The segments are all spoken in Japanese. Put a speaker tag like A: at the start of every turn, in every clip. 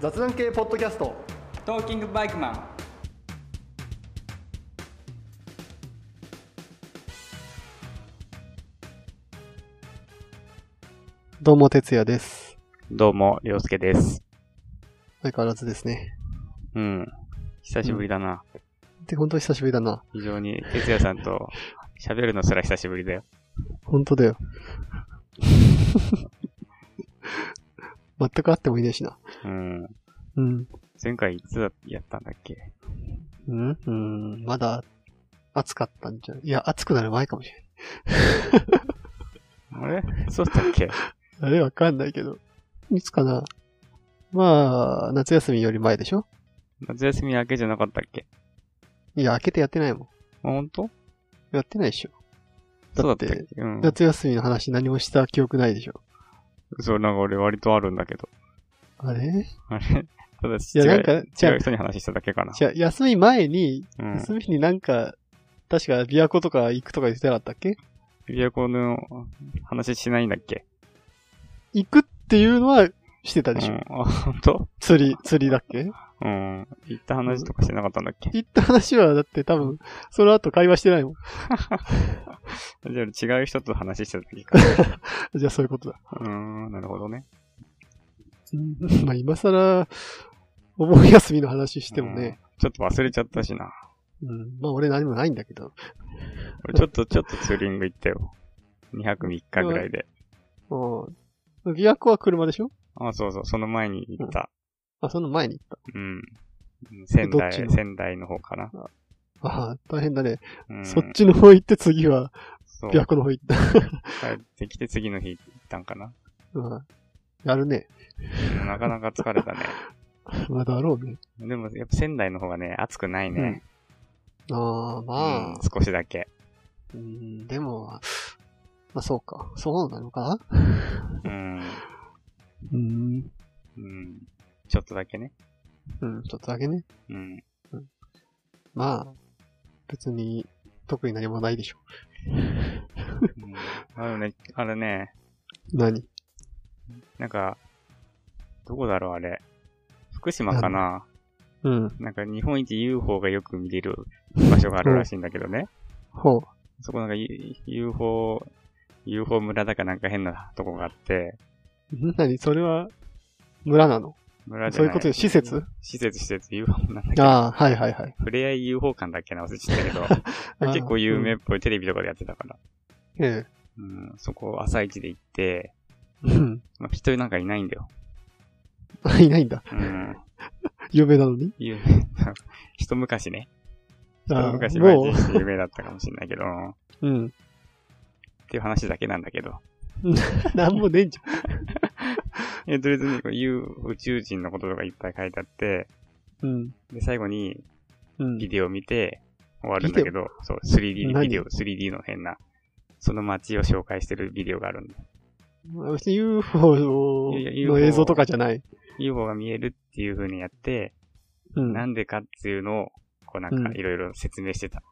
A: 雑談系ポッドキャスト
B: トーキングバイクマン
A: どうも哲也です
C: どうも、りょうすけです。
A: 相変わらずですね
C: うん。久しぶりだな。
A: で本当久しぶりだな
C: 非常に、哲也さんと喋るのすら久しぶりだよ。
A: 本当だよ 全く会ってもいないしな
C: うん。
A: うん
C: 前回いつだやったんだっけ
A: うんうんまだ暑かったんじゃいや暑くなる前かもしれ
C: あれそうだったっけ
A: ないあれわかんないけどいつかなまあ夏休みより前でしょ
C: 夏休み明けじゃなかったっけ
A: いや明けてやってないもん
C: あ、ほんと
A: やってないでしょ
C: そうだ
A: だっ
C: ってたっけうん。
A: 夏休みの話何もした記憶ないでしょ
C: そう、なんか俺割とあるんだけど。
A: あれ
C: あれただし、
A: いや、
C: 違
A: なん
C: う
A: か、じゃ
C: 違う人に話しただけかな。
A: じゃあ休み前に、
C: うん。
A: 休みになんか、確か琵琶湖とか行くとか言ってなかったっけ
C: 琵琶湖の話しないんだっけ
A: 行くっていうのはしてた
C: う
A: でしょ、
C: ん。あ、ほんと
A: 釣り、釣りだっけ
C: うん。行った話とかしてなかったんだっけ
A: 行った話はだって多分、その後会話してないもん。
C: じゃあ違う人と話してただけか。
A: じゃあそういうことだ。
C: うーん、なるほどね。
A: まあ今更、お盆休みの話してもね、
C: ちょっと忘れちゃったしな。
A: うん、まあ俺何もないんだけど、
C: 俺ちょっと、ちょっとツーリング行ったよ。2泊3日ぐらいで。
A: うん。琵琶湖は車でしょ
C: あ、そうそう、その前に行った。
A: あ、その前に行っ
C: うん。仙
A: どっち
C: 台、
A: の
C: 仙台の方かな。
A: た。ああ、大変だね。
C: うん、
A: そっちの方行って次は
C: そう
A: 琵琶湖の方行った。
C: 帰ってきて次の日行ったんかな。
A: うん。やるね。
C: うんなかなか疲 れたね。
A: まあだろうね。
C: でも、やっぱ仙台の方がね、暑くないね。
A: ああ、
C: う
A: まあ、
C: ん少しだけ。
A: うーん、でも、まあそうか。そうなのかな
C: うん。
A: うん。
C: うん。ちょっとだけね。
A: うん、ちょっとだけね。
C: うん。
A: まあ、別に特に何もないでしょ。
C: うんあのね、あれね、
A: 何
C: なんか、どこだろうあれ。福島かな
A: うん。
C: なんか日本一 UFO がよく見れる場所があるらしいんだけどね。
A: ほう。
C: そこなんか U- UFO、UFO 村だかなんか変なとこがあって、
A: ん何それは、村なの
C: 村じ
A: そ
C: ゃ
A: うい
C: な
A: う
C: い
A: ことで施設
C: 施設、施設、UFO なんだっけ
A: ああ、はいはいはい。
C: ふれあい UFO 館だっけな忘れちゃったけ
A: あー
C: ど、結構有名
A: う
C: っぽいテレビとかでやってたから。
A: んえ
C: うん、そこ朝一で行って、
A: え。うん。
C: まあ、人なんかいないんだよ。
A: いないんだ。
C: うん。
A: 有名なのに。
C: 有名 な。一昔ね。一
A: ああ
C: 昔前
A: も
C: にして有名だったかもしれないけど、っ
A: う、うん。
C: ていう話だけなんだけど。
A: なんもねえんじ
C: え、とりあえずねこう、U 宇宙人のこととかいっぱい書いてあって、
A: ゃん。うん。
C: で、最後に
A: うん。
C: ビデオ見て終わるんだけど、そう、3D
A: 何
C: ビデオ、3D の変な、その街を紹介してるビデオがあるんだ。
A: 別に UFO
C: いやいや
A: の
C: UFO
A: 映像とかじゃない。
C: UFO が見えるっていう風にやって、
A: うん。
C: なんでかっていうのを、こうなんか
A: うん
C: いろいろ説明してた。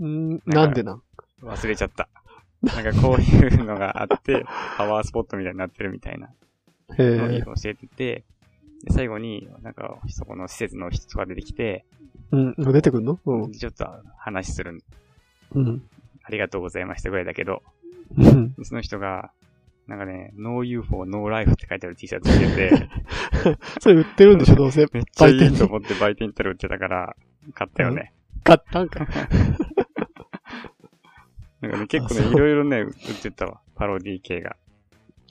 A: うん
C: なんか
A: なんでなん
C: 忘れちゃった。なんかこういうのがあって、 パワースポットみたいになってるみたいな
A: へ
C: のを
A: え。
C: 教えてて、で最後に、なんか、そこの施設の人が出てきて、
A: うん。出てくんのうん。
C: ちょっと話するん
A: うん。
C: ありがとうございましたぐらいだけど、
A: うん。
C: その人が、なんかね、No UFO, No Life って書いてある T シャツ着て て、
A: それ売ってるんでしょ、どうせ。
C: めっちゃいいと思って売店行ったら売ってたから、買ったよね。
A: 買った んか。
C: なんかね、結構
A: あ
C: ね、
A: そう
C: いろいろね、売ってたわ。パロディ系が。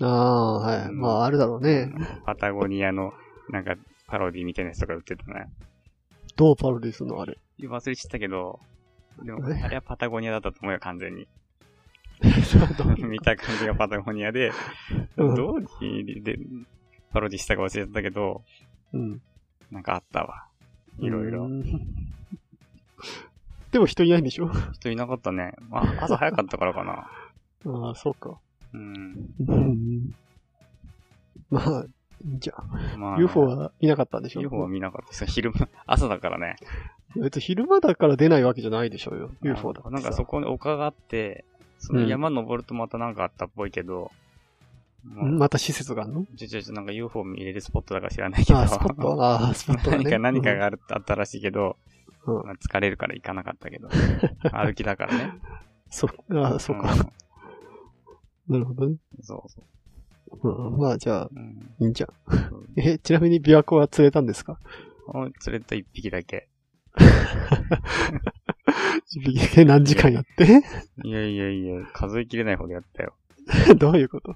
A: ああ、はい。まあ、あるだろうね。
C: パタゴニアの、なんか、パロディみたいなやつとか売ってたね。
A: どうパロディするの あれ。
C: 忘れちゃったけど、でも、
A: え
C: あれはパタゴニアだったと思うよ、完全に。
A: どう
C: 見た感じがパタゴニアで、
A: うん
C: どうで、パロディしたか忘れちゃったけど、
A: うん。
C: なんかあったわ。いろいろ
A: う。ん。でも人いないんでしょ
C: 人いなかったね。まあ、朝早かったからかな。
A: ああ、そうか。
C: うん。
A: うん。まあ、いいんじゃあ、
C: まあ、
A: UFO はいなかったんでしょ
C: UFO は見なかったです。昼間、朝だからね。
A: 別に昼間だから出ないわけじゃないでしょうよ。UFO だってさ
C: なんかそこに丘があって、その山登るとまたなんかあったっぽいけど、も
A: ん
C: う
A: また施設があるの
C: ちょちょちょ、なんか UFO 見れるスポットだか知らないけど。
A: ああ、スポットああ、スポットがね
C: 何か何かがあるあったらしいけど、
A: うん
C: まあ疲れるから行かなかったけ ど。歩きだからね。
A: そっか、ああそうか。なるほどね。
C: うんそうそ
A: うん、まあ、じゃあ、
C: う。うん
A: いいんじゃん。え、ちなみに琵琶湖は釣れたんですか
C: お連れと一匹だけ。
A: 何時間やって
C: いやいやいや、数えきれないほどやったよ。
A: どういうこと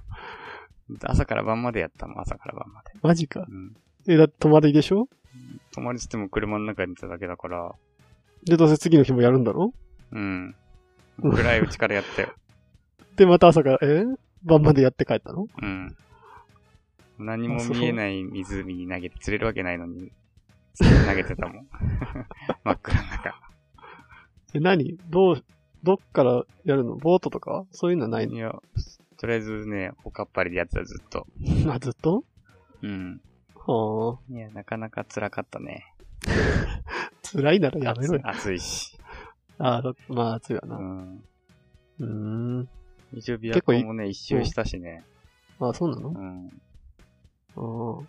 C: 朝から晩までやったもん、朝から晩まで。
A: マジか。
C: うん。
A: え、だって泊まりでしょ
C: 泊まりつっても車の中にいただけだから、
A: で、どうせ次の日もやるんだろ
C: うん。暗いうちからやったよ。
A: で、また朝から、え晩までやって帰ったの
C: うん。何も見えない湖に投げて、釣れるわけないのに、投げてたも ん。真っ暗の中。
A: え、何どう、どっからやるのボートとかそういうのはないの
C: いや、とりあえずね、おかっぱりでやってた、ずっと。
A: あ、ずっと
C: うん。
A: はあ、
C: いや、なかなか辛かったね。
A: 辛いならや めろよ。
C: 暑いし。
A: ああ、だまあ、暑いわ
C: う
A: な。
C: ん。
A: うーん。
C: 一応、琵琶湖もね、一周したしね。
A: ああ、そうなの
C: うん。
A: ああ。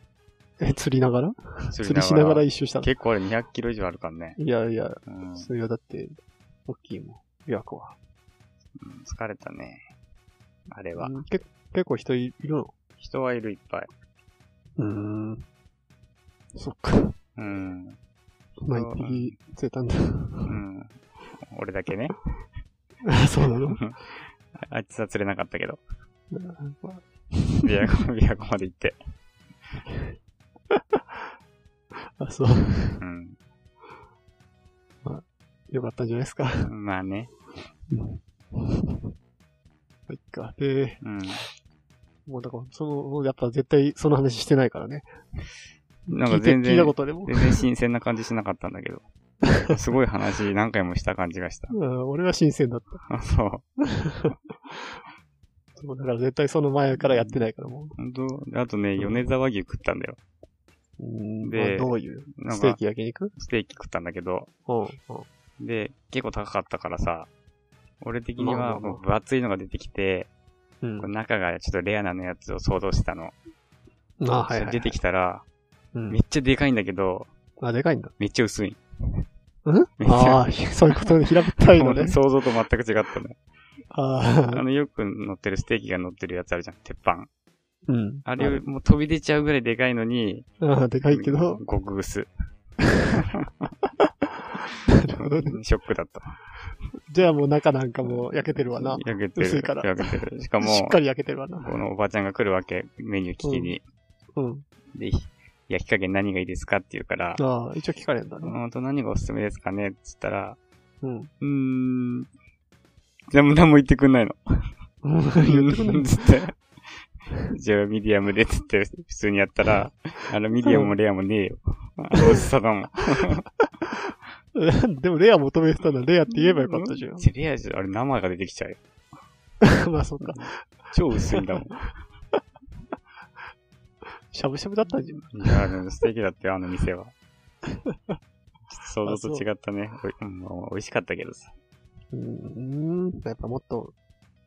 A: え、釣りながら釣りし
C: 釣
A: ながら一周したの
C: 結構あれ200キロ以上あるからね。
A: いやいや、
C: うん。
A: それはだって、大きいもん。琵琶湖は。
C: 疲れたね。あれは。
A: うんけ結構人いるの
C: 人はいるいっぱい。
A: うーん。そっか。
C: うん。
A: まあ、一匹釣れたんだ。
C: うん。俺だけね。
A: あ、 そうなの
C: あいつは釣れなかったけど。
A: ま
C: 琵琶
A: あ
C: 湖、 琵琶湖まで行って。
A: あ、そう。
C: うん。
A: よかったんじゃないですか。
C: まあね。
A: はいっか。で、
C: うん。
A: もうだから、その、もうやっぱ絶対その話してないからね。
C: なん
A: 聞
C: か
A: いて
C: 全
A: 聞い
C: 然
A: たこ、とでも。
C: 全然新鮮な感じしなかったんだけど。 すごい話何回もした感じがした。
A: うん、俺は新鮮だっ
C: あそう。
A: た。そうだから絶対その前からやってないからも
C: ほんとあとね、米沢牛食ったんだよ。
A: う。うん
C: で
A: どういう
C: なん
A: ステー
C: か、
A: キ焼肉
C: ステーキ食ったんだけど、
A: うん。うん
C: で、結構高かったからさ、俺的に
A: まあま
C: は
A: あまあ
C: もう分厚いのが出てきて、
A: うん
C: こう中がちょっとレアなのやつを想像してたの。
A: あ、はいはい、はい。
C: 出てきたら、
A: うん
C: めっちゃでかいんだけど、
A: あ、でかいんだ。
C: めっちゃ薄 い。
A: うん
C: めっちゃ
A: ああ、そういうことで平べったいのね。
C: 想像と全く違ったね。あ
A: ああ、
C: の、よく乗ってるステーキが乗ってるやつあるじゃん、鉄板。
A: うん。
C: あれよりもう飛び出ちゃうぐらいでかいのに、
A: ああ、でかいけど、
C: 極薄。
A: なるほどね。
C: ショックだった。
A: じゃあもう中なんかもう焼けてるわな。
C: 焼けてる。
A: 薄いから
C: 焼けてる。しか
A: しっ
C: も、
A: かり焼けてるわな。
C: このおばちゃんが来るわけ、メニュー聞きに。
A: うん。
C: で、焼き加減何がいいですかって言うから、
A: ああ、一応聞かれるんだね。
C: うんと何がおすすめですかねって言ったら、
A: うん。
C: うーん、何も何も言ってくんないの。
A: 言ってくん ない。
C: つって。じゃあ、ミディアムでっつって、普通にやったら、あの、ミディアムもレアもねえよ。あの、薄さだもん。
A: でもレア求めてたんだ。レアって言えばよかったじゃ
C: セリアじゃ、あれ生が出てきちゃうよ。
A: ん。 まあそうか。
C: 超薄いんだもん。
A: しゃぶしゃぶだったじゃん。
C: いや、でも素敵だったよ、あの店は。ちょっと想像と違ったね。おいうんまあ美味しかったけどさ。
A: うん。やっぱもっと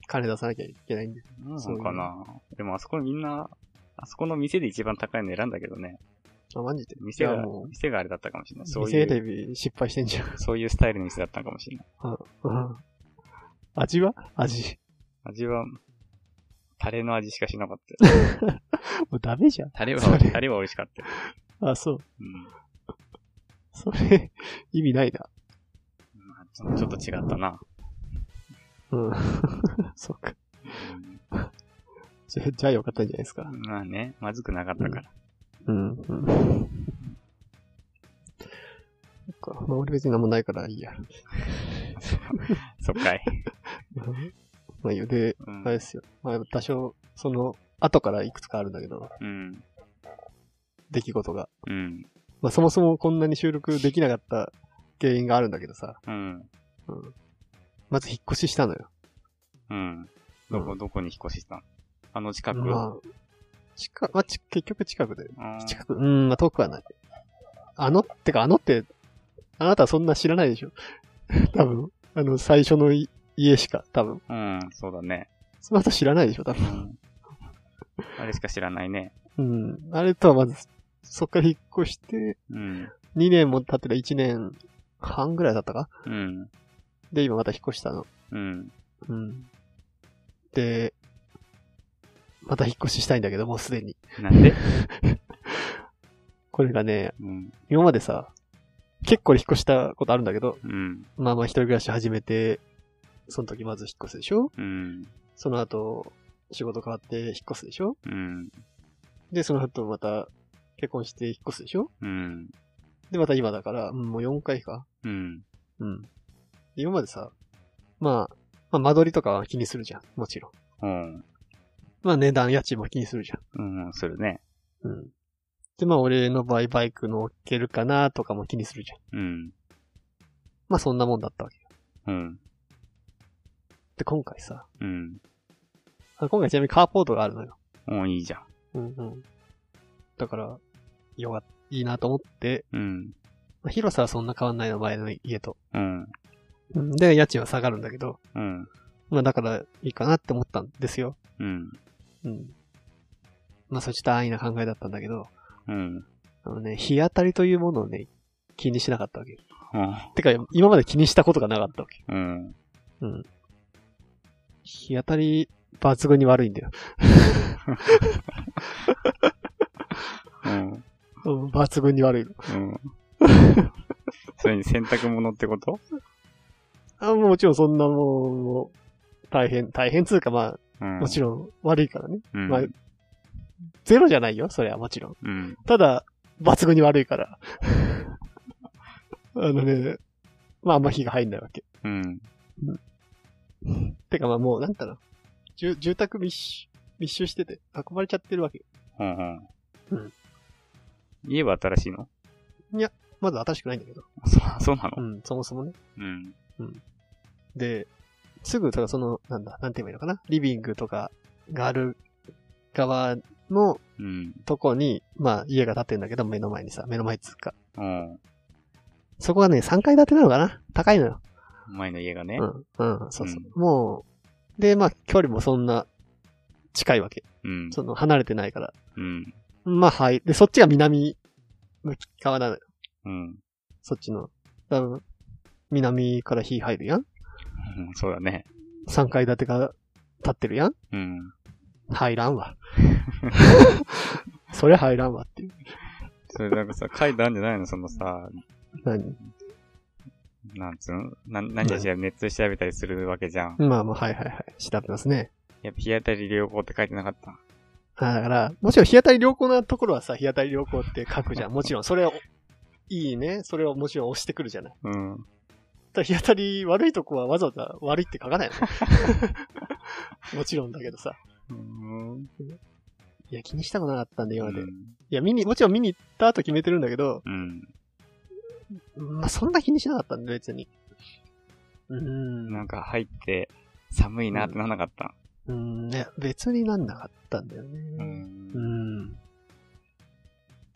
A: 金出さなきゃいけないんで。
C: そうかな。でもあそこみんな、あそこの店で一番高いの選んだけどね。
A: あ、マジで。
C: 店
A: いや
C: が
A: も、う
C: 店があれだったかもしれない。そうい
A: 店
C: う、
A: 選び失敗してんじゃ ん。
C: そういうスタイルの店だったのかもしれない。
A: うん味は味。
C: 味は、タレの味しかしなかったよ。
A: もうダメじゃん。
C: タレは
A: そ、れ
C: タレは美味しかったよ。
A: あ、そう。
C: うん。
A: それ、意味ないな。
C: まあちょちょっと違ったな。
A: うん。 そっか。
C: うん
A: じゃ、じゃあよかったんじゃないですか。
C: まあね、まずくなかったから。
A: うん。うん。そっか。まあ俺別に何もないからいいや。
C: そっかい。
A: まあいいよ。で、
C: う
A: あれ
C: ん。
A: ですよ。まあ、多少、その、後からいくつかあるんだけど、
C: うん。
A: 出来事が。
C: うん。
A: まあ、そもそもこんなに収録できなかった原因があるんだけどさ、
C: うん。
A: まず引っ越ししたのよ。
C: うん。どこ、どこに引っ越ししたのあの近く、
A: まあ、近、まあ、ち結局近くで。
C: あー
A: 近く、うん、まあ、遠くはない。あの、ってか、あのって、あなたはそんな知らないでしょ。多分、あの、最初のい家しか、多分。
C: うん、そうだね。
A: その後知らないでしょ、多
C: う
A: 分。
C: んれしか知らないね。
A: うん。あれとはまず、そっから引っ越して、
C: うん。
A: 2年も経ってた1年半ぐらいだったか
C: うん。
A: で、今また引っ越したの。
C: うん。
A: うん。で、また引っ越ししたいんだけど、もうすでに。
C: なんで
A: これがね、
C: うん。
A: 今までさ、結構引っ越したことあるんだけど、
C: うん。
A: まあまあ一人暮らし始めて、その時まず引っ越すでしょ
C: うん。
A: その後、仕事変わって引っ越すでしょ
C: うん。
A: で、その後また結婚して引っ越すでしょ
C: うん。
A: で、また今だから、うんもう4回か。
C: うん。
A: うん。で今までさ、まあ、まあ間取りとかは気にするじゃん。もちろ
C: う
A: ん。
C: ん。
A: まあ値段、家賃も気にするじゃ
C: うん。するね。
A: ん。うん。で、まあ俺の場合バイク乗っけるかなとかも気にするじゃん。
C: うん。
A: まあそんなもんだったわけ。
C: うん。
A: で、今回さ、
C: うん。
A: あ今回ちなみにカーポートがあるのよ。
C: もういいじゃん。
A: うんうん。だから、よかっいいなと思って、
C: うん。
A: まあ広さはそんな変わんないの、前の家と。
C: うん。
A: で、家賃は下がるんだけど、
C: うん。
A: まあだからいいかなって思ったんですよ。
C: うん。
A: うん。まあそういった安易な考えだったんだけど、
C: うん。
A: あのね、日当たりというものをね、気にしなかったわけ。
C: うん
A: てか、今まで気にしたことがなかったわけ。
C: うん。
A: うん。日当たり、抜群に悪いんだよ。
C: うん。
A: うん、抜群に悪いの。
C: うん。それに洗濯物ってこと
A: あもうもちろんそんなもんもう、大変、大変つうかま
C: うん。
A: あ、もちろん悪いからね。
C: ろん
A: まあゼロじゃないよ、それはもちろん。
C: うん。
A: ただ、抜群に悪いから。 あのね、まああんま火が入んないわけ。
C: うん。
A: てかまあもう、なんたら、住住宅密集、密集してて、囲まれちゃってるわけ。
C: うん。う
A: うんん。
C: 家は新しいの
A: まず新しくないんだけど。
C: そう、そうなの
A: うん、そもそもね。
C: うん。
A: で、すぐ、だからその、なんだ、なんて言えばいいのかな。リビングとかがある側の
C: うん。
A: とこに、まあ家が建ってんだけど、目の前にさ、目の前っつうか。
C: うん。
A: そこがね、3階建てなのかな高いのよ。
C: 前の家がね
A: う。ん、うん、そうそう。もう、で、まあ距離もそんな近いわけ。
C: うん。
A: その離れてないから。
C: うん。
A: まあはい。で、そっちが南向き側なのよ。
C: うん。
A: そっちの。多分、南から火入るやん
C: うんそうだね。
A: ?3 階建てが立ってるやん
C: うん。
A: 入らんわ。 それ入らんわっていう。
C: それなんかさ、書いてあるんじゃないのそのさ、
A: 何
C: なんつうのな、何かしらネットで調べたりするわけじゃん。
A: まあまあ、はいはいはい。調べますね。
C: やっぱ日当たり良好って書いてなかった。
A: あだから、もちろん日当たり良好なところはさ、日当たり良好って書くじゃん。もちろん、それを、いいね。それをもちろん押してくるじゃない。
C: うん。
A: ただ日当たり悪いとこはわざわざ悪いって書かないよね。 もちろんだけどさ。
C: うん。
A: いや、気にしたことなかったんで、今まで。
C: う
A: い
C: ん
A: や、見に、もちろん見に行った後決めてるんだけど、
C: うん。
A: まあ、そんな気にしなかったんで、別に。うーん。
C: なんか入って、寒いなってならなかった。
A: うーん、ね、別になんなかったんだよね。
C: うん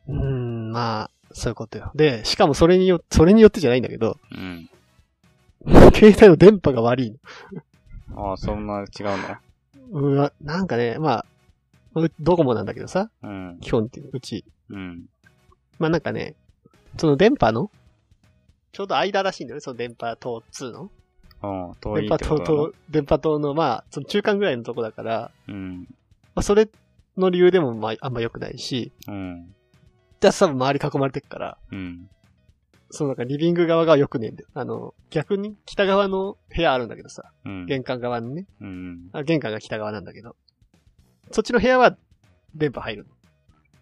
A: うー。ん。うーん、まあ、そういうことよ。で、しかもそれによ、それによってじゃないんだけど、
C: うん。
A: 携帯の電波が悪いの。
C: ああ、そんな違うんだ。
A: うわ、なんかね、まあ、うドコモなんだけどさ、
C: うん。
A: 基本的にうち。
C: うん。
A: まあなんかね、その電波の、ちょうど間らしいんだよね、その電波塔2の。
C: うん。遠いっ
A: 電波
C: てこ
A: 塔
C: とだな
A: と、電波塔の、まあ、その中間ぐらいのとこだから、
C: うん。
A: まあそれの理由でも、まあ、あんま良くないし、
C: うん。
A: じゃあ多分周り囲まれてるから、
C: うん。
A: そのなんかリビング側がよくねえんだよ。あの、逆に北側の部屋あるんだけどさ、
C: うん。
A: 玄関側にね。
C: うん。
A: あ玄関が北側なんだけど。そっちの部屋は電波入るの。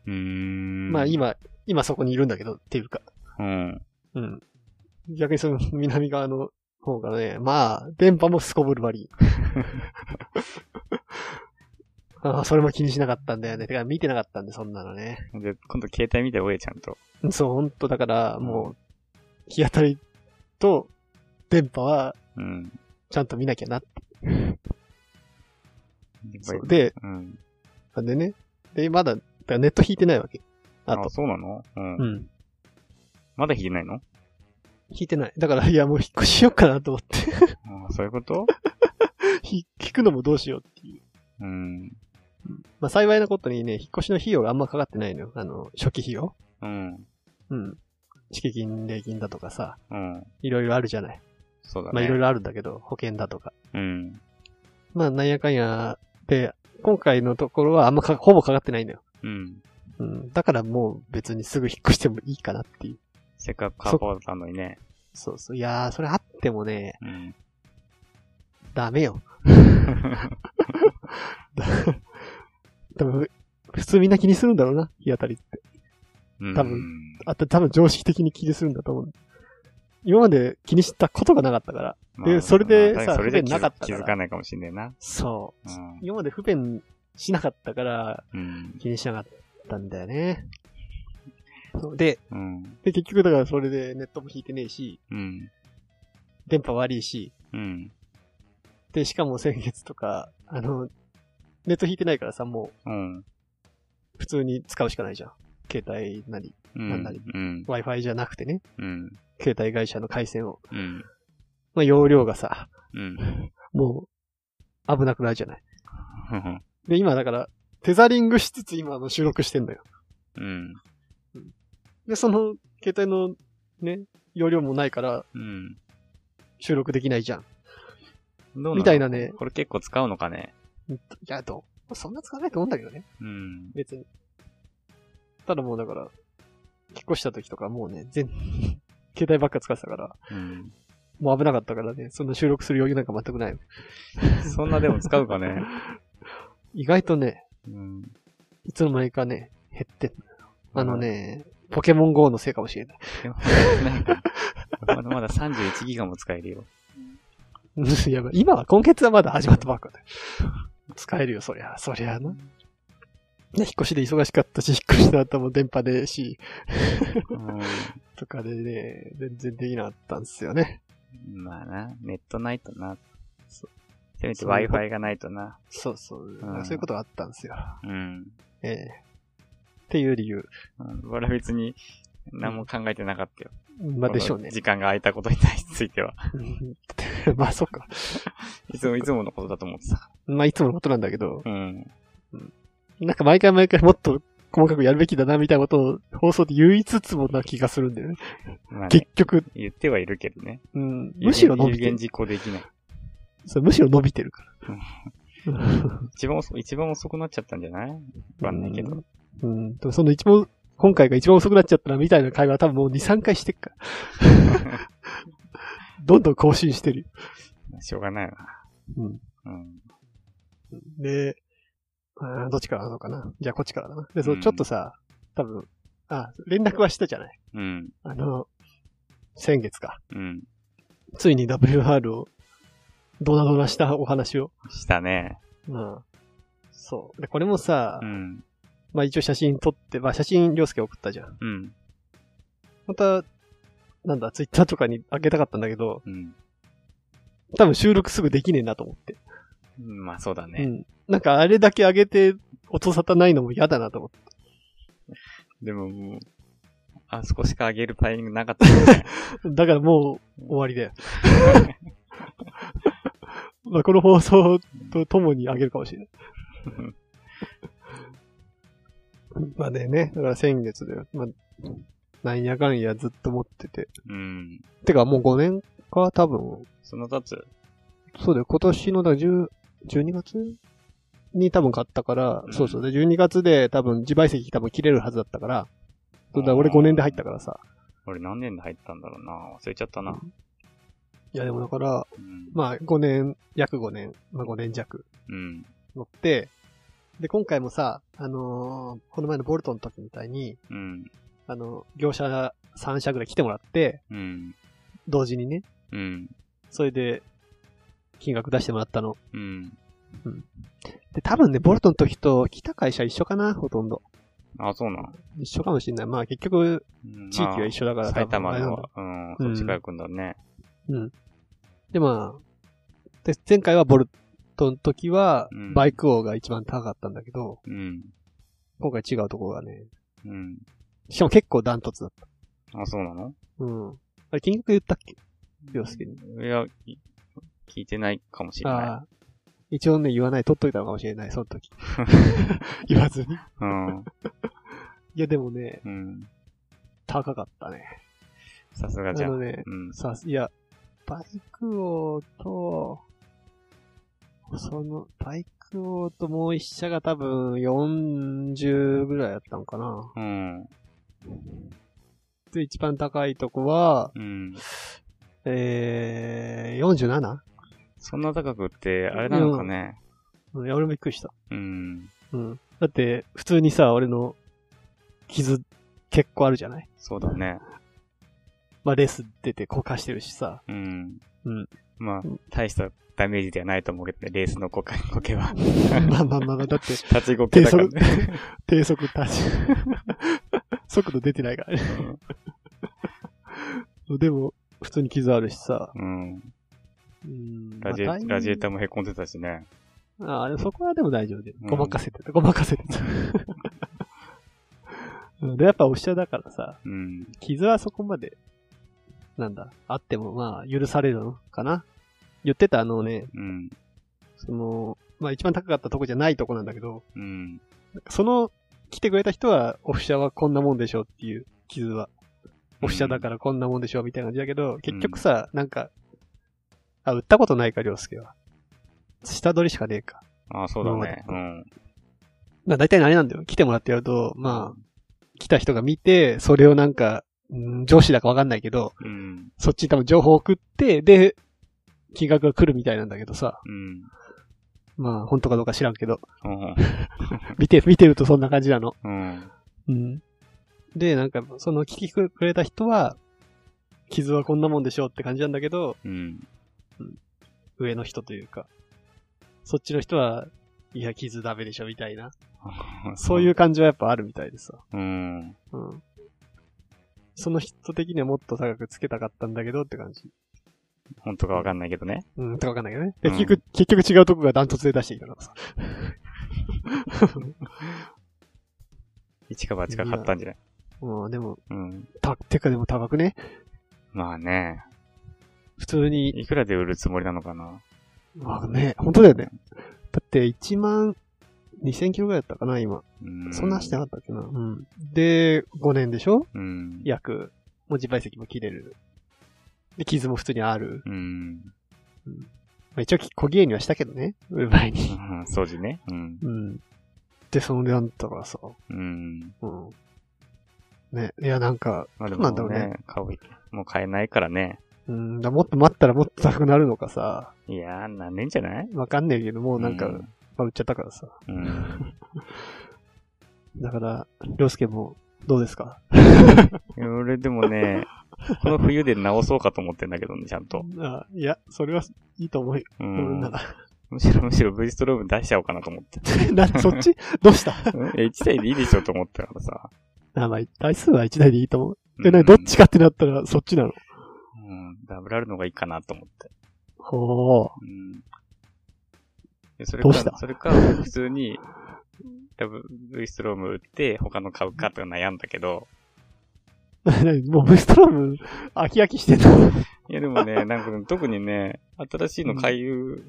C: うーん。
A: まあ。今、今そこにいるんだけどっていうか。
C: うん。
A: うん。逆にその南側の方がね、まあ、電波もすこぶる悪い。ああ、それも気にしなかったんだよね。てか見てなかったんで、そんなのね。
C: じゃ、今度携帯見ておえちゃんと。
A: そう、ほんとだから、もう、日当たりと電波は
C: うん。
A: ちゃんと見なきゃなって。
C: やっぱ
A: そ
C: り
A: うで、
C: うん。
A: なんでね。で、まだ、だからネット引いてないわけ。あ
C: あ、
A: と。
C: そうなのうん
A: う。ん。
C: まだ弾いてないの
A: 引いてない。だから、いや、もう引っ越しようかなと思って。
C: あーそういうこと
A: ひ引くのもどうしようっていう。
C: うん。
A: まあ、幸いなことにね、引っ越しの費用があんまかかってないのよ。あの、初期費用。
C: うん。
A: うん。敷金、礼金だとかさ、
C: うん。
A: いろいろあるじゃない。
C: そうだね。
A: まあ、いろいろあるんだけど、保険だとか。
C: うん。
A: まあ、なんやかんやで、今回のところはあんまか、ほぼかかってないんだよ。
C: うん。
A: うん。だからもう別にすぐ引っ越してもいいかなっていう。
C: せっかくカーポーだったのにね。
A: そうそう。いやー、それあってもね、
C: うん。
A: ダメよ。 多分、普通みんな気にするんだろうな、日当たりって。
C: うん
A: 多分あと多分常識的に気にするんだと思う。今まで気にしたことがなかったから。
C: まあ
A: でそれでさ
C: まあそれで
A: 不
C: 気
A: 便なか
C: づ
A: ったから
C: 気づかないかもしんねえな。
A: そうう。
C: ん。
A: 今まで不便しなかったから
C: うん。
A: 気にしなかったんだよね。そうで、
C: うん。
A: で結局だからそれでネットも引いてねえし、
C: うん。
A: 電波悪いし、
C: うん。
A: で、しかも先月とか、あの、ネット引いてないからさ、も
C: うん。
A: う普通に使うしかないじゃん。携帯なり、
C: うん。
A: なんだり
C: うん。
A: Wi-Fi じゃなくてね、
C: うん。
A: 携帯会社の回線を。
C: うん。
A: まあ、容量がさ、
C: うん。
A: もう危なくなるじゃない。で、今だから、テザリングしつつ今あの収録してんだよ。
C: うん。
A: で、その、携帯のね、容量もないから
C: うん。
A: 収録できないじゃん。
C: どうの
A: みたいなね。
C: これ結構使うのかね。
A: いや、どうそんな使わないと思うんだけどね、
C: うん。
A: 別に。ただもうだから、引っ越した時とかもうね、全、携帯ばっか使ってたから、
C: うん。
A: もう危なかったからね、そんな収録する余裕なんか全くない。
C: そんなでも使うかね。
A: 意外とね、
C: うん。
A: いつの間にかね、減ってんのよあのね、ポケモン GO のせいかもしれない。
C: でも。なんかまだまだ31ギガも使えるよ。
A: い や、今は、今月はまだ始まったばっかだよ。使えるよ、そりゃ。そりゃな。ね引っ越しで忙しかったし、引っ越した後も電波でし、
C: う
A: とかでね、全然できなかったんですよね。
C: ん。まあな、ネットないとな。
A: そ
C: せめて
A: そういうこと
C: Wi-Fi がないとな。
A: そうそう。
C: うん
A: そういうことがあったんですよ。
C: うん。
A: ええっていう理由。
C: うん俺は別に何も考えてなかったよ。
A: まあでしょう
C: この
A: ね。
C: 時間が空いたことに対しては。
A: うん まあそっか。
C: いつもいつものことだと思ってた。
A: まあいつものことなんだけど、
C: うん。
A: なんか毎回毎回もっと細かくやるべきだな、みたいなことを放送で言いつつもな気がするんだよね。
C: まあね
A: 結局、
C: 言ってはいるけどね。
A: うん、むしろ伸
C: 有
A: びて
C: 限
A: る。
C: 実行できない。
A: そうむしろ伸びてるから。
C: 一番遅一番遅くなっちゃったんじゃないわかんないけど。
A: うん。うん。でもその一番、今回が一番遅くなっちゃったな、みたいな会話は多分もう2、3回してっから。 どんどん更新してるよ。
C: しょうがないな。
A: うん。
C: うん。
A: で、あーどっちからなのかな。じゃあこっちからだな。で、そうう、
C: ん
A: ちょっとさ、多分、あ、連絡はしたじゃない。
C: うん。
A: あの、先月か。
C: うん。
A: ついに WR を、ドナドナしたお話を。
C: したね。
A: うん。そう。で、これもさ、
C: うん。
A: まあ一応写真撮って、まあ写真、りょうすけ送ったじゃん。
C: うん。
A: また、なんだ、ツイッターとかに開けたかったんだけど、
C: うん。
A: 多分収録すぐできねえなと思って。
C: まあそうだ
A: う
C: ね。
A: ん。なんかあれだけ上げて、音沙汰ないのも嫌だなと思って。
C: でももう、あそこしか上げるタイミングなかったよ ね。
A: だからもう終わりだよ。まあこの放送とともに上げるかもしれない。まあでね、だから先月だよ。まあ、なんやかんやずっと持ってて。
C: うん。
A: てかもう5年か多分。
C: その経つ。
A: そうだよ、今年のだ10 12月に多分買ったから、
C: うん
A: そうそう。で、12月で多分自賠責多分切れるはずだったから、そうだ、俺5年で入ったからさ。
C: 俺何年で入ったんだろうな。忘れちゃったな。
A: いや、でもだから、
C: うん。
A: まあ5年、約5年、まあ5年弱
C: うん。
A: 乗って、で、今回もさ、あのーこの前のボルトの時みたいに、
C: うん。
A: あの、業者3社ぐらい来てもらって、
C: うん。
A: 同時にね、
C: うん。
A: それで、金額出してもらったの。
C: うん。
A: で、多分ね、ボルトの時と来た会社一緒かな、ほとんど。
C: あ、そうなの。
A: 一緒かもしんない。まあ結局、
C: うん
A: 地域は一緒だか
C: ま
A: ら
C: あ
A: 多分
C: 埼玉
A: あれなんだ
C: の、うん、そっちから来んだね。
A: うん。で、まあ、で、前回はボルトの時は
C: うん、
A: バイク王が一番高かったんだけど、
C: うん。
A: 今回違うところがね、
C: うん。
A: しかも結構ダントツだった。
C: あ、そうなの
A: うん。あれ、金額言ったっけ凌介に。
C: いや、い聞いてないかもしれない。
A: ああ。一応ね、言わない、取っといたのかもしれない、そ の時。言わずに。
C: うん。
A: いや、でもね、
C: うん。
A: 高かったね。
C: さす
A: あ
C: がじゃん。
A: の
C: う
A: ね、
C: ん。
A: さ、いや、バイク王と、その、バイク王ともう一社が多分40ぐらいだったのかな。
C: うん。
A: で、一番高いとこは、
C: うん。
A: えー、47?
C: そんな高くって、あれなのかね。
A: うんいや、俺もびっくりした。
C: うん。
A: うん。だって、普通にさ、俺の傷結構あるじゃない
C: そうだね。
A: まあ、レース出て硬化してる しさ。
C: うん。
A: うん。
C: まあ、大したダメージではないと思うけどね、レースのこけこけは。
A: まあまあまあまあ、だって、
C: 立ちこけだからね。
A: 低速立ち。 速度出てないからね。でも、普通に傷あるしさ。
C: うん。
A: うん
C: ラジ
A: まあ大
C: ラジエーターも凹んでたしね。
A: ああ、でもそこはでも大丈夫で。
C: うん
A: ごまかせてた、ごまかせてた。うんで、やっぱおしゃだからさ、
C: うん。
A: 傷はそこまで、なんだ、あってもまあ許されるのかな。言ってたあのね、
C: うん。
A: その、まあ一番高かったとこじゃないとこなんだけど、
C: うん。
A: その、来てくれた人は、オフシャはこんなもんでしょうっていう、傷は。オフシャだからこんなもんでしょうみたいな感じだけど、結局さ、なんか、あ、売ったことないか、りょうすけは。下取りしかねえか。
C: ああ、そうだね。うん。
A: まあ大体あれなんだよ。来てもらってやると、まあ、来た人が見て、それをなんか、うん上司だかわかんないけど、
C: うん。
A: そっちに多分情報を送って、で、金額が来るみたいなんだけどさ。
C: うん。
A: まあ、本当かどうか知らんけど。
C: うん。
A: 見て、見てるとそんな感じなの。
C: うん。
A: うん。で、なんか、その聞きくれた人は、傷はこんなもんでしょうって感じなんだけど、
C: うん。。
A: 上の人というか、そっちの人は、いや、傷ダメでしょみたいな。 そういうう感じはやっぱあるみたいでさ。
C: うん。
A: うん。その人的にはもっと高くつけたかったんだけどって感じ。
C: 本当かわかんないけどね。
A: うん、とかわかんないけどね。
C: う
A: で
C: ん
A: 結局、結局違うとこがダントツで出してきたからさ。
C: 一か八か買ったんじゃない
A: うん、でも、
C: うん。
A: た、てかでも高くね。
C: まあね。
A: 普通に
C: いくらで売るつもりなのかな
A: まあね、本当だよね。だって1万2000キロぐらいだったかな、今。
C: うん。
A: そんな走ってなかったっけな。うん。で、5年でしょ
C: うん。や。
A: 約。もう自賠責も切れる。で、傷も普通にある。
C: うん。
A: まあ、一応、小芸にはしたけどね。売る前に。
C: 掃除ね。うん。
A: うん。で、その値段だったからさ。
C: うん。
A: うん。ね。いや、なんか、
C: まあで
A: なんだろ
C: も
A: うね
C: ね、買う、もう買えないからね。
A: うん、だもっと待ったらもっと高くなるのかさ。
C: いやー、なんねんじゃない
A: わかんないけど、もうなんか、
C: うん
A: まあ、売っちゃったからさ。
C: うん。
A: だから、りょうすけも、どうですか
C: 俺でも ね、この冬で直そうかと思ってんだけどね、ちゃんと。
A: あいや、それはいいと思うよ。
C: う
A: 俺なんら。
C: むしろむしろ V ストローム出しちゃおうかなと思って。
A: な、そ っちどうした
C: え、1台でいいでしょと思ったから さ。
A: あ、まあ、台数は1台でいいと思う。で、
C: う
A: ね、
C: ん
A: どっちかってなったら、そっちなの。
C: うん、ダブルあるのがいいかなと思って。
A: ほう。
C: うん。でそれ
A: ど
C: か
A: うした
C: それか、普通に、ダブルストローム売って、他の買うかとか悩んだけど、
A: もう、ブーストローム、飽き飽きしてんの。
C: いやでも ね、なんかね特にね、新しいの買う、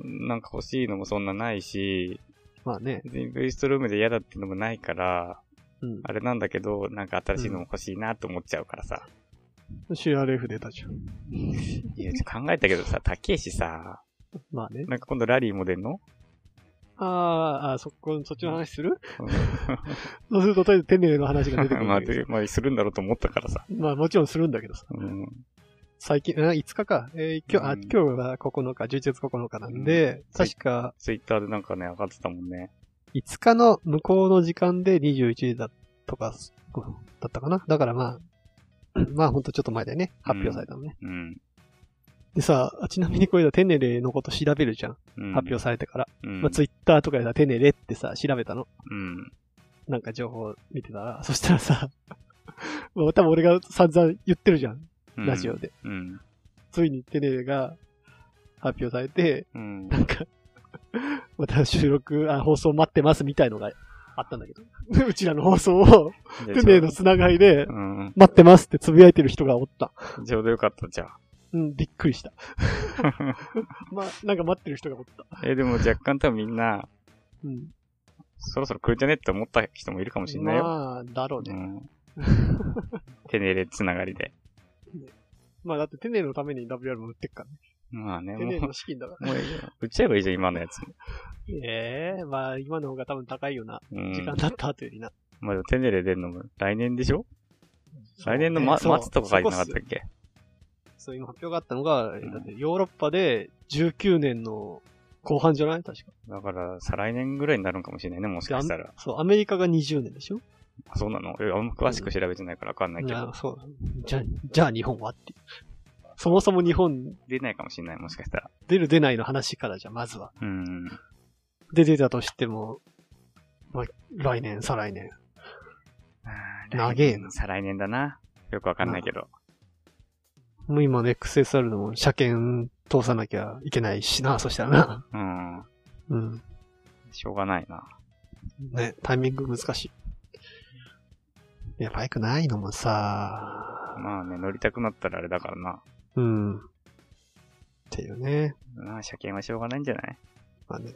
C: なんか欲しいのもそんなないし、
A: まあね。
C: 別に V ストロームで嫌だってのもないから、
A: うん。
C: あれなんだけど、なんか新しいのも欲しいなと思っちゃうからさ。
A: CRF 出たじゃん。
C: いや、ちょっと考えたけどさ、高えしさ、
A: まあね。
C: なんか今度ラリーも出んの
A: あーあー、そこ、そっちの話するそうすると、とりあえずテネレの話が出てくるん
C: まあ、
A: だ けど。
C: でまあ、するんだろうと思ったからさ。
A: まあ、もちろんするんだけどさ。
C: うん。
A: 最近、あ5日か。えー今日、あ、
C: うん
A: 今日が9日、11月9日なんで、確か、
C: ツイッターでなんかね、上がってたもんね。
A: 5日の向こうの時間で21時だとか、だったかな。だからまあ、 まあほんとちょっと前だよね。発表されたのね。
C: うん。
A: でさ、ちなみにこれだ、テネレのこと調べるじゃん。
C: うん
A: 発表されてから。
C: うん。
A: まあツイッターとかでさ、テネレってさ、調べたの。
C: うん。
A: なんか情報見てたら。そしたらさ、 まあ多分俺が散々言ってるじゃん。
C: うん
A: ラジオ。で。
C: うん。
A: ついにテネレが発表されて、
C: うん。
A: なんか、また収録、あ、放送待ってますみたいのがあったんだけど。 うちらの放送を、
C: で
A: テネレのつながりで
C: う、ん。
A: 待ってますってつぶやいてる人がおった。
C: ちょうどよかったじゃん。
A: うん、びっく りした。まあ、なんか待ってる人がおった。
C: え、でも若干多分みんな、
A: うん。
C: そろそろ来るんじゃねって思った人もいるかもしんないよ。
A: まあ、だろう
C: う
A: ね。
C: ん。手ネレつながりで。
A: まあ、だってテネのために WR も売ってっからね。
C: まあね、
A: テ
C: も
A: ネ
C: う
A: の、資金だから。
C: もういいよ売っちゃえばいいじゃん、今のやつ。
A: ええまあ、今の方が多分高いよな。
C: うん。
A: 時間だった後よりな。
C: まあでもテネレ出るのも来年でしょ
A: そう
C: 来年の、ま、
A: ねそう
C: 末とか書いてなかったっ
A: そこっ
C: け
A: すそう、今発表があったのが、
C: ん
A: だってヨーロッパで19年の後半じゃない確か。
C: だから、再来年ぐらいになるんかもしれないね、もしかしたら。
A: そう、アメリカが20年でしょ
C: あそうなのえあんま詳しく調べてないからわかんないけ
A: あ
C: ど。
A: そう。じゃあ、じゃあ日本はっていう。そもそも日本
C: 出ないかもしれない、もしかしたら。
A: 出る出ないの話からじゃあ、まずは。
C: うん。
A: で、出たとしても、まあ、来年、再来年。長えな
C: 再来年だな。よくわかんないけど。
A: もう今の XSR のも車検通さなきゃいけないしな、そしたらな。
C: うん。
A: うん。
C: しょうがないな。
A: ね、タイミング難しい。いや、バイクないのもさ、
C: まあね、乗りたくなったらあれだからな。
A: うん。っていうね。
C: まあ、車検はしょうがないんじゃない
A: まあね。